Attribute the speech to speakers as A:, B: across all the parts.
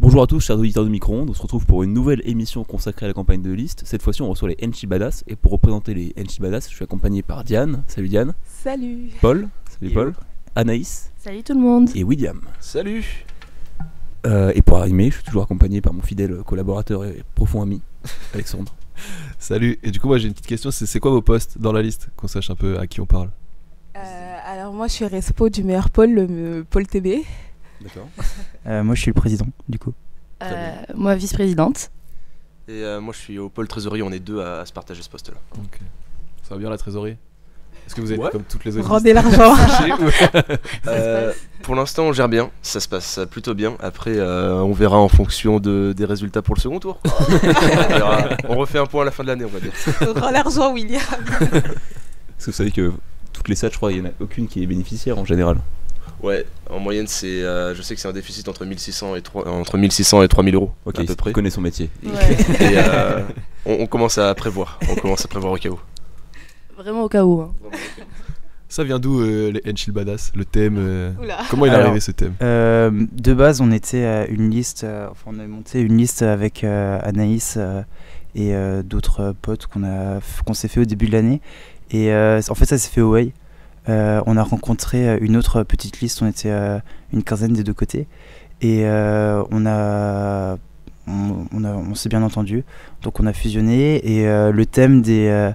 A: Bonjour à tous, chers auditeurs de micro-ondes. On se retrouve pour une nouvelle émission consacrée à la campagne de liste. Cette fois-ci, on reçoit les Enchi Badass. Et pour représenter les Enchi Badass, je suis accompagné par Diane. Salut Diane.
B: Salut
A: Paul. Salut Paul. Anaïs.
C: Salut tout le monde.
A: Et William.
D: Salut
A: Euh, et pour arriver, je suis toujours accompagné par mon fidèle collaborateur et profond ami, Alexandre.
D: Salut Et du coup, moi j'ai une petite question c'est c'est quoi vos postes dans la liste Qu'on sache un peu à qui on parle.
B: Euh, Alors moi je suis respo du meilleur pôle, le me- pôle TB.
A: D'accord.
E: Euh, moi, je suis le président, du coup.
C: Euh,
F: bien.
C: moi, vice-présidente.
F: Et euh, moi je suis au pôle trésorerie, on est deux à, à se partager ce poste là.
D: Ça va bien la trésorerie Est-ce que vous êtes
F: Ouais.
D: comme toutes les autres
B: Rendez l'argent
F: Euh, pour l'instant on gère bien, ça se passe plutôt bien. Après euh, on verra en fonction de- des résultats pour le second tour. on, verra. On refait un point à la fin de l'année on va dire.
B: Rends l'argent William
A: Parce que vous savez que toutes les stats, je crois, il n'y en a aucune qui est bénéficiaire en général.
F: Ouais, en moyenne c'est, euh, je sais que c'est un déficit entre 1600 et, 3, entre 1600 et 3000 euros
A: Ok,
F: à peu près.
A: il connaît son métier.
F: Et euh, on, on commence à prévoir, on commence à prévoir au cas où.
C: Vraiment au cas où. hein.
D: Ça vient d'où euh, les Enchil Badass Le thème euh,
B: Oula
D: Comment il est
E: Alors.
D: arrivé ce thème
E: Euh, de base, on était à une liste, euh, enfin, on a monté une liste avec euh, Anaïs euh, et euh, d'autres euh, potes qu'on a, qu'on s'est fait au début de l'année. Et euh, en fait, ça s'est fait au Way. Euh, on a rencontré euh, une autre petite liste, on était euh, une quinzaine des deux côtés. Et euh, on a. On, on a- on s'est bien entendu, donc on a fusionné et euh, le thème des euh,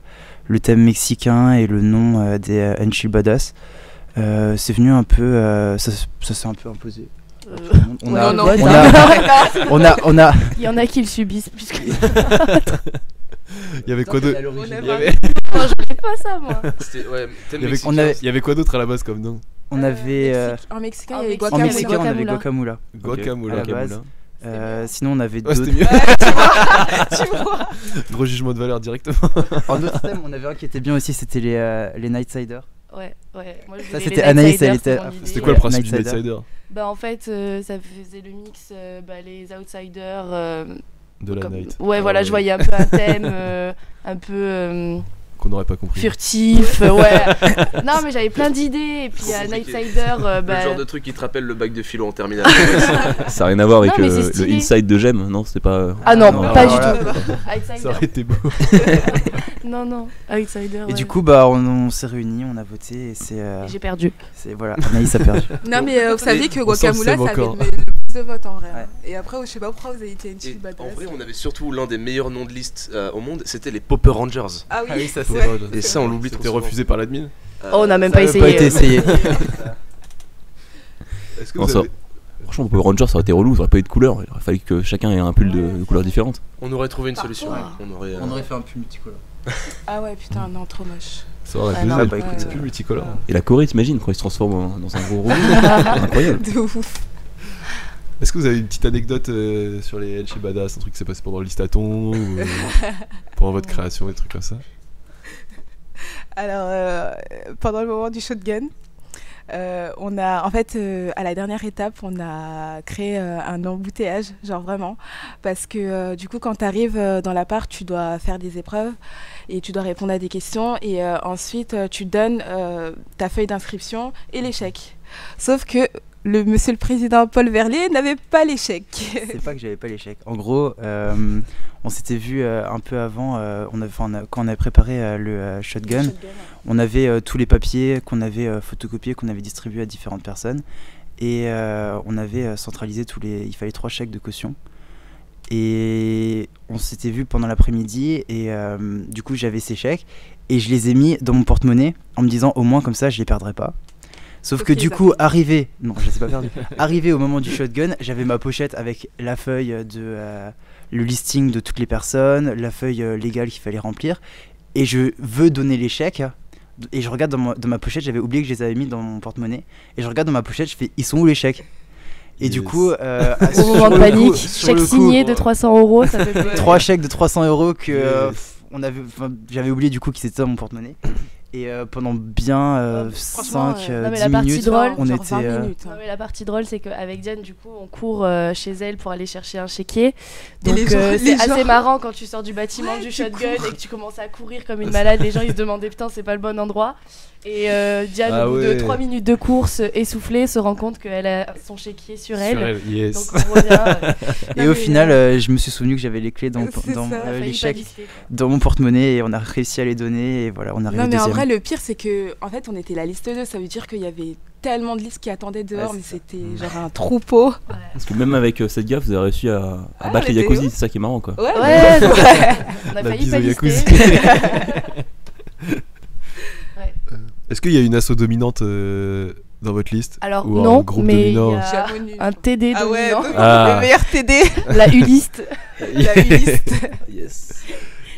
E: le thème mexicain et le nom euh, des euh, Enchiladas, euh, c'est venu un peu, euh, ça, s- ça s'est un peu imposé.
C: Euh,
E: On
C: ouais,
E: a,
C: non,
E: on
C: non,
E: a-
B: D'accord.
E: on a, on a.
C: Il y en a qui le subissent plus que
D: Il y avait quoi d'autre
B: On
D: il
B: a
D: y avait,
C: moi. Je n'ai pas ça, moi.
F: C'était- ouais, thème
D: Il y avait-
F: mexicain,
E: on avait-
D: il y avait quoi d'autre à la base comme nom
E: On avait euh,
B: En mexicain,
C: en
B: il y avait
C: mexicain,
E: en
B: guacamole.
E: mexicain, on avait
C: Guacamula.
E: guacamula.
D: Guacamole.
E: À la
D: Guacamole.
E: base.
C: C'était
E: Euh,
C: bien.
E: sinon, on avait
D: Ah,
E: d'autres.
D: c'était mieux.
B: Tu vois
D: Gros jugement de valeur directement.
E: En autre thème, on avait un qui était bien aussi, c'était les euh, les Nightsiders.
C: Ouais, ouais. Moi, je
E: Ça,
C: voulais
E: c'était
C: les
E: Anaïs, elle
C: outsiders,
E: était-
C: c'est mon idée.
D: C'était quoi le principe du
E: Nightsider.
D: Nightsider
C: Bah, en fait, euh, ça faisait le mix euh, bah, les outsiders. euh,
D: De la
C: comme-
D: night.
C: Ouais,
D: Ah,
C: voilà, je voyais un peu un thème euh, un peu euh,
D: Qu'on n'aurait pas compris.
C: furtif. euh, ouais. non, mais j'avais plein d'idées. Et puis,
F: C'est
C: à
F: compliqué.
C: Nightsider, euh,
F: Le
C: bah,
F: genre de truc qui te rappelle le bac de philo en terminale.
A: Ça n'a rien à voir avec
C: Non, mais
A: euh,
C: c'est
A: le
C: stylé.
A: inside de Gem, non C'était pas.
C: Ah non,
A: Non,
C: pas
E: non,
C: du
E: voilà.
C: tout.
D: Ça
C: Outsider.
D: aurait été beau.
C: Non, non, Outsider.
E: Et
C: ouais.
E: du coup, bah, on, on s'est réunis, on a voté et c'est, euh,
C: Et J'ai perdu.
E: c'est voilà, Anaïs a perdu.
B: Non mais euh, vous saviez que
D: On s'en
B: guacamole ça
D: sème
B: avait
D: encore.
B: le le plus de votes en vrai. hein. Et après, je sais pas pourquoi vous avez été une
F: Et
B: petite
F: en
B: badass.
F: vrai, on avait surtout l'un des meilleurs noms de liste euh, au monde, c'était les Popper Rangers.
B: Ah oui,
E: ça
B: c'est- Ouais.
F: Et ça, on l'oublie trop
D: C'était
F: souvent.
D: refusé par l'admin.
F: Euh,
C: Oh, on n'a même pas essayé.
E: pas été essayé.
D: Est-ce que
A: Non,
D: vous
A: ça-
D: avez-
A: Franchement, pour Ranger, ça aurait été relou, ça aurait pas eu de couleur. Il aurait fallu que chacun ait un pull de, de couleur différente.
F: On aurait trouvé une solution.
C: contre,
F: On aurait, euh,
E: fait un pull multicolore.
B: Ah ouais, putain, non, trop moche.
D: Ça aurait
C: Ah,
D: fait
C: non,
D: mal.
E: bah, écoute,
D: C'est plus multicolore.
A: Et la Corée, t'imagines, quand il se transforme en- dans un gros robot Incroyable.
B: De ouf.
D: Est-ce que vous avez une petite anecdote euh, sur les El Badass, un truc qui s'est passé pendant le listaton ou euh, pendant votre création, des trucs comme ça
B: Alors, euh, pendant le moment du shotgun, euh, on a, en fait, euh, à la dernière étape, on a créé euh, un embouteillage, genre vraiment, parce que euh, du coup, quand tu arrives dans l'appart, tu dois faire des épreuves et tu dois répondre à des questions et euh, ensuite euh, tu donnes euh, ta feuille d'inscription et l'échec. Sauf que le monsieur le président Paul Verlier n'avait pas l'échec.
E: C'est pas que j'avais pas l'échec. En gros, euh, on s'était vu euh, un peu avant, euh, on avait, enfin, on a- quand on avait préparé euh, le euh, shotgun, on avait euh, tous les papiers qu'on avait euh, photocopiés, qu'on avait distribués à différentes personnes. Et euh, on avait euh, centralisé tous les. Il fallait trois chèques de caution. Et on s'était vu pendant l'après-midi. Et euh, du coup, j'avais ces chèques. Et je les ai mis dans mon porte-monnaie en me disant au moins comme ça, je les perdrai pas. Sauf
B: Sauf
E: que
B: qu'il
E: du
B: les a
E: coup, arrivé. Non, je les ai pas perdus. arrivé au moment du shotgun, j'avais ma pochette avec la feuille de. euh, le listing de toutes les personnes, la feuille euh, légale qu'il fallait remplir. Et je veux donner les chèques. Et je regarde dans ma, dans ma pochette, j'avais oublié que je les avais mis dans mon porte-monnaie. Et je regarde dans ma pochette, je fais ils sont où les chèques Et du
D: Yes.
E: coup, euh,
C: Au
E: sur
C: moment de
E: le coup-
C: panique,
E: sur
C: chèque
E: le coup,
C: signé de 300 euros, ça fait plaisir.
E: Trois chèques de 300 euros que euh,
D: Yes.
E: pff, on avait, enfin, j'avais oublié du coup qu'ils étaient dans mon porte-monnaie. Et euh, pendant bien
B: Ouais, franchement,
E: 5
B: euh,
C: non, mais
E: 10
C: la partie
E: minutes,
C: drôle,
E: on
B: genre
E: était
B: 20
E: euh,
B: minutes, hein.
C: Non, mais la partie drôle, c'est qu'avec Diane, du coup, on court euh, chez elle pour aller chercher un chéquier.
B: Et
C: Donc,
B: les gens-
C: euh,
B: les
C: c'est
B: gens-
C: assez marrant quand tu sors du bâtiment
B: Ouais,
C: du
B: tu
C: shotgun et que tu commences à courir comme une malade. Les gens, ils se demandaient putain, c'est pas le bon endroit. Et euh, Diane,
D: Ah
C: au bout
D: ouais.
C: de 3 minutes de course, essoufflée, se rend compte qu'elle a son chéquier sur elle.
D: yes.
C: Donc on revient.
E: Et au final, euh, je me suis souvenu que j'avais les clés dans,
B: Ah C'est
E: dans,
B: ça,
E: euh,
C: euh,
E: les
C: failli
E: chèques
C: paniquer, quoi.
E: dans mon porte-monnaie et on a réussi à les donner et voilà, on arrive
B: Non, mais en
E: deuxième.
B: vrai, le pire, c'est que, en fait, on était la liste 2. Ça veut dire qu'il y avait tellement de listes qui attendaient dehors,
E: Ouais,
B: mais
E: c'est Mm.
B: c'était genre un troupeau.
A: Parce que même avec euh, cette gaffe, vous avez réussi à, à
B: Ah,
A: battre les
B: les
A: Yakuza,
B: Théo.
A: c'est ça qui est marrant quoi.
B: Ouais,
C: Ouais,
B: mais-
C: on a
D: La
C: failli
D: bise au
C: paniquer.
D: Euh, Est-ce qu'il y a une asso dominante euh, dans votre liste
C: Alors
D: Ou un
C: non,
D: groupe
C: mais il y
D: dominant.
C: a
B: J'avoue, nul.
C: un TD
B: Ah ouais,
C: dominant,
B: donc,
A: Ah.
B: le meilleur TD,
C: la Ulysse.
B: la liste.
A: Yes.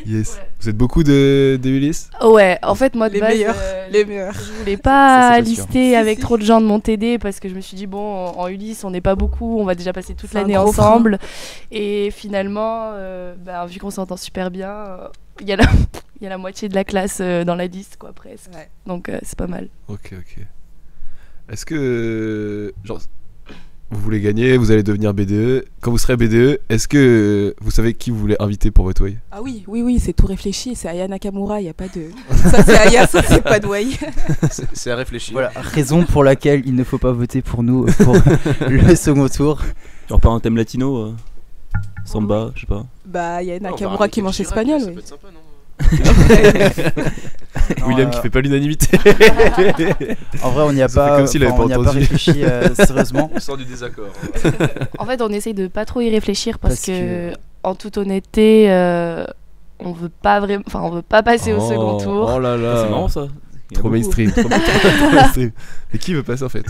D: Yes.
C: Ouais.
D: Vous êtes beaucoup de, de Ulysse
C: Ouais, en fait, moi de
B: Les
C: base,
B: meilleurs,
C: euh,
B: les meilleurs.
C: je voulais pas
A: Ça, c'est pas sûr.
C: lister
B: Si,
C: avec
B: si.
C: trop de gens de mon TD parce que je me suis dit, bon, en, en Ulysse, on n'est pas beaucoup, on va déjà passer toute
B: C'est un
C: l'année
B: gros
C: ensemble. Et finalement, euh, bah, vu qu'on s'entend super bien, euh, il y, a la- il y a la moitié de la classe euh, dans la liste, quoi, presque.
B: Ouais.
C: Donc euh, c'est pas mal.
D: Ok, ok. Est-ce que. Genre. Vous voulez gagner, vous allez devenir BDE. Quand vous serez BDE, est-ce que euh, vous savez qui vous voulez inviter pour votre way
B: Ah oui, oui, oui, c'est tout réfléchi. C'est Aya Nakamura, il n'y a pas de. Ça, c'est Aya, ça, c'est pas de Way.
F: C'est- C'est à réfléchir.
E: Voilà, raison pour laquelle il ne faut pas voter pour nous euh, pour le second tour.
A: Genre pas un thème latino euh, Samba, je sais pas.
B: Bah, il y a
F: Ah, on va
B: Nakamura
F: ramener
B: qui mange
F: Kenji Girac,
B: espagnol.
F: Ça
B: oui.
F: peut être sympa, non
E: Non,
D: William
E: euh,
D: qui fait pas l'unanimité.
E: En vrai, on n'y a
D: Ça fait
E: pas,
D: comme s'il avait
E: enfin, on n'y
D: pas
E: a pas
D: entendu.
E: réfléchi euh, sérieusement.
F: On sort du désaccord. hein.
C: En fait, on essaye de pas trop y réfléchir parce,
E: Parce
C: que,
E: que-
C: en toute honnêteté, euh, on veut pas vraiment, enfin, on veut pas passer au second tour.
D: Oh là
A: Ah,
D: là.
A: c'est marrant ça. Il y a
D: Trop
A: beaucoup.
D: mainstream. trop mainstream. Mais qui veut passer en fait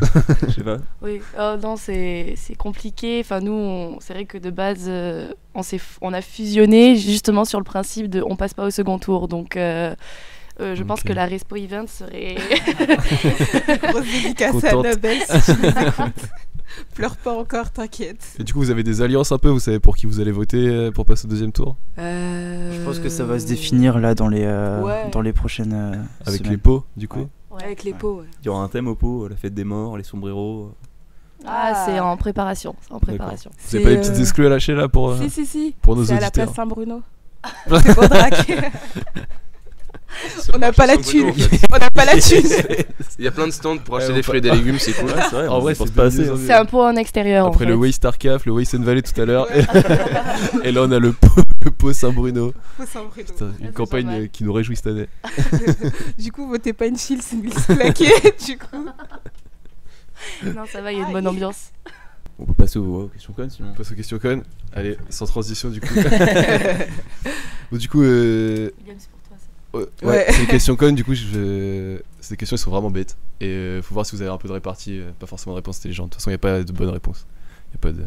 A: Je sais pas.
C: Oui, oh, non, c'est c'est compliqué. Enfin, nous, on- c'est vrai que de base, euh, on, s'est f- on a fusionné justement sur le principe de on passe pas au second tour. Donc, euh, euh, je pense
D: Ok.
C: que la Respo Event serait.
B: Grosse dédicace à
D: Contente.
B: Nobel si tu nous écoutes. Pleure pas encore, t'inquiète.
D: Et du coup, vous avez des alliances un peu, vous savez pour qui vous allez voter euh, pour passer au deuxième tour
E: Je pense que ça va se définir là dans les, euh,
B: Ouais.
E: dans les prochaines euh,
D: Avec les
E: semaines.
D: pots, du coup
E: Ouais.
C: Ouais.
B: Avec les
E: Ouais.
B: pots. ouais.
A: Il y aura un thème au pot, la fête des morts, les sombreros.
C: Ah, c'est en préparation. C'est en préparation.
D: Vous avez pas des petites
B: euh,
D: exclus à lâcher là pour, euh,
B: Si, si, si.
D: pour nos
B: C'est à la
D: auditeurs
B: place Saint-Bruno. C'est pour draguer. On n'a pas la thune. Eh, On n'a pas la thune.
F: Il y a plein de stands pour
D: Ouais,
F: acheter
D: on
F: des
D: peut-
F: fruits et des légumes, c'est cool.
A: Ouais, c'est vrai,
D: En
A: on
D: vrai,
A: y pense
D: c'est
A: pas
D: bien
A: assez.
D: mieux.
A: hein.
C: C'est un pot en
B: hein,
C: extérieur. en
D: Après le
C: fait.
D: Way Starcaf, le Way Sun Valley tout à l'heure. et là, on a le pot, le pot Saint-Bruno.
B: Faut Saint-Bruno.
D: Putain,
C: c'est
D: Une
C: pas
D: campagne
C: mal.
D: euh, qui nous réjouit cette année.
B: Du coup, votez pas une chill, c'est une liste claquée. Du coup,
C: Non, ça va, il y a une bonne
B: Aïe.
C: ambiance.
A: hein. On peut passer aux aux questions connes sinon.
D: On passe aux questions con. Allez, sans transition du coup. Bon, du coup, euh,
C: William, c'est pour toi, ça.
D: ouais,
B: Ouais.
D: c'est des questions con. Du coup, je... c'est des questions qui sont vraiment bêtes. Et euh, faut voir si vous avez un peu de répartie. euh, Pas forcément de réponse intelligente. De toute façon, il n'y a pas de bonne réponse. Y a pas de...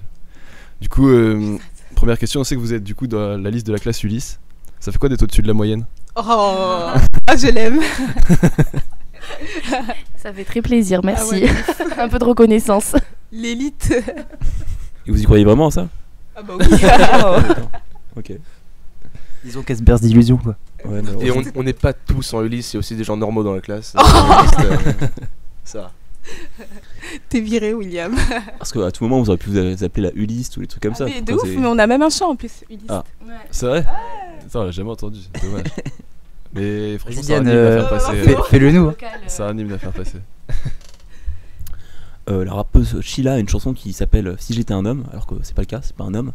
D: Du coup, euh, première question. On sait que vous êtes du coup dans la liste de la classe Ulysse. Ça fait quoi d'être au-dessus de la moyenne
B: oh, ah, je l'aime.
C: Ça fait très plaisir, merci.
B: Ah ouais.
C: un peu de reconnaissance.
B: L'élite.
A: Et vous y croyez vraiment ça
B: Ah bah oui.
A: Ok.
E: Disons qu'elle se berce d'illusions quoi.
A: Ouais,
F: Et on
A: malheureusement.
F: on n'est pas tous en Ulysse, il y a aussi des gens normaux dans la classe.
B: Oh.
F: euh, dans la liste, euh, Ça.
B: T'es viré, William.
A: Parce qu'à tout moment, vous auriez pu vous appeler la Ulysse ou les trucs comme ça.
B: Ah, mais de
A: Enfin,
B: ouf,
A: c'est-
B: mais on a même un chant en plus. Ulysse.
A: Ah.
D: C'est vrai Attends, on l'a jamais entendu, c'est dommage. Mais franchement, c'est
E: Vas-y,
D: un
E: Diane,
D: hymne à faire
B: euh,
D: passer.
E: Fais- Fais-le nous. hein.
C: Local, euh,
D: C'est un hymne à faire passer.
A: Euh, la rappeuse Sheila a une chanson qui s'appelle euh, Si j'étais un homme, alors que c'est pas le cas, c'est pas un homme.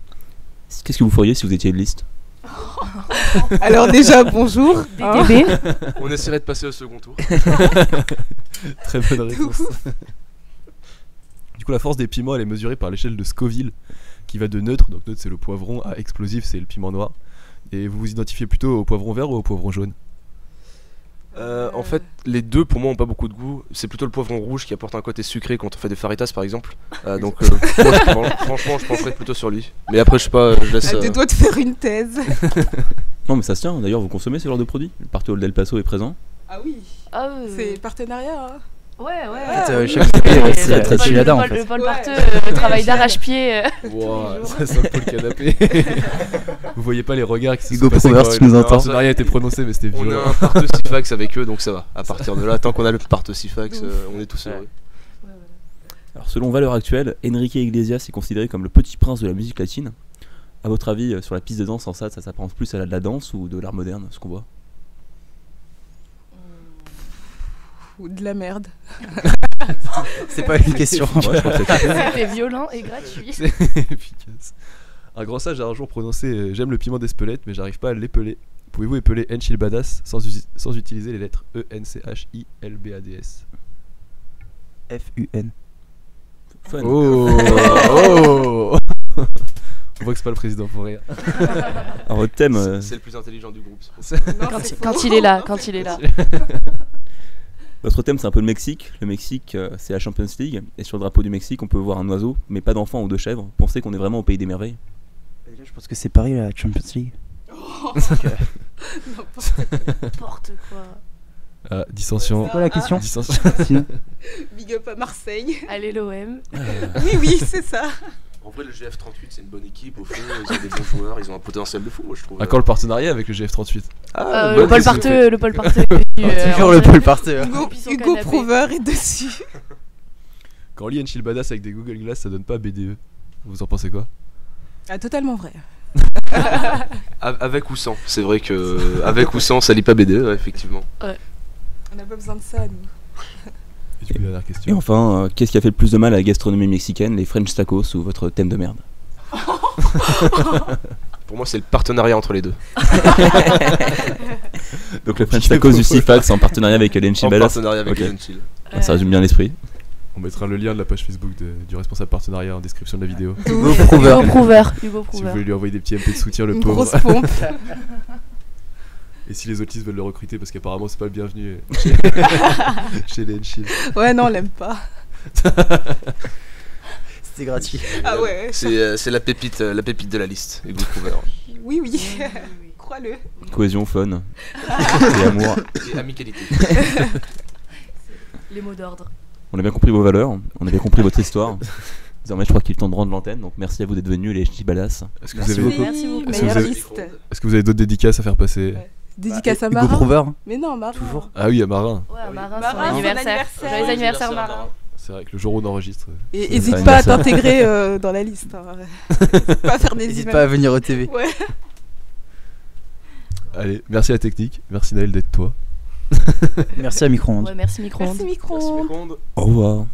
A: Qu'est-ce que vous feriez si vous étiez une liste
B: Alors déjà, bonjour.
C: euh,
B: hein.
C: DDB.
F: On essaierait de passer au second tour.
D: Très bonne réponse. du coup, la force des piments, elle est mesurée par l'échelle de Scoville, qui va de neutre, donc neutre c'est le poivron, à explosif c'est le piment noir. Et vous vous identifiez plutôt au poivron vert ou au poivron jaune
F: Euh, en fait, les deux pour moi ont pas beaucoup de goût. C'est plutôt le poivron rouge qui apporte un côté sucré quand on fait des faritas par exemple. Euh, donc, euh, moi, je pense- franchement, je penserais plutôt sur lui. Mais après, je sais pas, je laisse.
B: À deux
F: euh,
B: doigts de faire une thèse.
A: Non, mais ça se tient, hein, d'ailleurs, vous consommez ce genre de produit. Le Parti del Paso est présent.
B: Ah oui,
C: Ah, euh,
B: c'est partenariat. hein.
C: Ouais, ouais.
E: En fait, euh,
B: oui.
E: chef de
C: Ouais,
E: file,
C: ouais,
E: c'est la
A: ouais.
E: traite
C: Paul-
E: Chilada, en
C: Paul-
E: fait.
C: Paul
B: Ouais.
C: Parteux, euh, travail d'arrache-pied. euh.
D: Ouah,
B: jours.
D: ça sent pour le canapé. vous voyez pas les regards qui se
E: Hugo
D: sont passés
E: Prouver,
D: quand
E: si tu nous
D: le
E: entends.
D: partenariat a été prononcé, mais c'était
F: On
D: violent.
F: a un part Sifax avec eux, donc ça va. À partir de là, tant qu'on a le part Sifax, euh, on est tous heureux.
A: Alors, selon valeur actuelle, Enrique Iglesias est considéré comme le petit prince de la musique latine. À votre avis, euh, sur la piste de danse en salle, ça s'apparente plus à la de la danse ou de l'art moderne, ce qu'on voit
B: ou de la merde.
E: C'est pas une question.
A: Ouais, je crois que c'est-
C: C'était violent et gratuit.
D: C'est efficace. Un grand sage a un jour prononcé euh, J'aime le piment d'Espelette, mais j'arrive pas à l'épeler. Pouvez-vous épeler Enchilbadas sans, usi- sans utiliser les lettres E, E-N-C-H-I-L-B-A-D-S
E: F-U-N.
A: fun.
D: Oh, oh On voit que c'est pas le président pour rien.
A: Alors, votre thème, euh,
F: C'est c'est le plus intelligent du groupe. c'est pour ça.
C: Quand, quand il est là, quand il est là.
A: votre thème, c'est un peu le Mexique. Le Mexique, euh, c'est la Champions League. Et sur le drapeau du Mexique, on peut voir un oiseau, mais pas d'enfant ou de chèvre. Pensez qu'on est vraiment au pays des merveilles.
E: Je pense que c'est pareil la Champions League.
C: N'importe quoi.
D: Ah, dissension.
E: C'est quoi la question
D: Dissension.
E: Sinon
B: Big up à Marseille.
C: Allez l'OM.
B: oui, oui, c'est ça.
F: En vrai, le GF38, c'est une bonne équipe. Au fond, ils ont des bons joueurs, ils ont un potentiel de fou, moi je trouve.
D: À quand le partenariat avec le GF38
F: Ah,
C: Euh, le
F: bonne
C: Paul
F: question.
C: Parteux, le Paul euh, Parteux.
E: Toujours le Paul Partey. hein.
B: Hugo,
C: Depuis son
B: Hugo
C: canapé.
B: Prover est dessus.
D: Quand on lit Enchilbadas avec des Google Glass, ça donne pas BDE. Vous en pensez quoi
B: Ah, totalement vrai.
F: A- Avec ou sans C'est vrai que. euh, Avec ou sans, ça lit pas BD, ouais, effectivement.
B: On n'a pas besoin de ça, nous.
D: Et du coup, dernière
A: Et
D: question.
A: enfin, euh, qu'est-ce qui a fait le plus de mal à la gastronomie mexicaine, les French tacos ou votre thème de merde
F: Pour moi, c'est le partenariat entre les deux.
A: Donc le French tacos du Sifax en partenariat avec
F: En
A: l'Enchibadas.
F: partenariat avec
A: Ok.
F: les Gentiles.
A: Ça résume bien l'esprit.
D: On mettra le lien de la page Facebook de- du responsable partenariat en description de la vidéo.
B: Oui.
C: Hugo Prouver. Hugo
D: Si vous
C: Prouver.
D: voulez lui envoyer des petits MP de soutien, le
B: Une
D: pauvre.
B: grosse pompe.
D: Et si les autistes veulent le recruter, parce qu'apparemment c'est pas le bienvenu euh, chez, chez les Enchil.
B: Ouais, non, on l'aime pas.
E: C'était gratuit.
B: Ah ouais,
F: C'est euh, c'est la pépite, euh, la pépite de la liste. Et Good Cover.
B: oui, oui. Crois-le.
A: Cohésion, fun et amour.
F: Et amicalité.
C: Les mots d'ordre.
A: On a bien compris vos valeurs, on a bien compris votre histoire. Désormais, je crois qu'il est temps de rendre l'antenne, donc merci à vous d'être venus, les Enchibadas.
D: Est-ce que, vous
E: Merci
D: avez-
E: beaucoup.
C: Merci beaucoup.
D: Est-ce que vous
B: Meilleure
D: avez-
B: liste.
D: est-ce que vous avez d'autres dédicaces à faire passer
B: Ouais. Dédicace à
E: Hugo
B: Marin.
E: Prover. hein.
B: Mais non, Marin.
E: Toujours.
D: Ah oui, à Marin.
C: Ouais,
F: Ah oui.
C: Marin,
B: Marin,
C: son
B: son
C: anniversaire.
B: anniversaire.
C: Joyeux anniversaire, Marin.
D: C'est vrai que le jour où on enregistre. euh,
B: Et
A: C'est
B: n'hésite
A: vrai.
B: pas à t'intégrer euh, dans la liste. hein. Hésite pas à faire des
E: N'hésite
B: emails.
E: pas à venir au TV.
B: Ouais.
D: Allez, merci à la technique, merci Naël d'être toi.
E: Merci à Micro-ondes.
C: Ouais, merci micro-ondes.
B: Merci, micro.
F: Merci, Méconde.
A: Au revoir.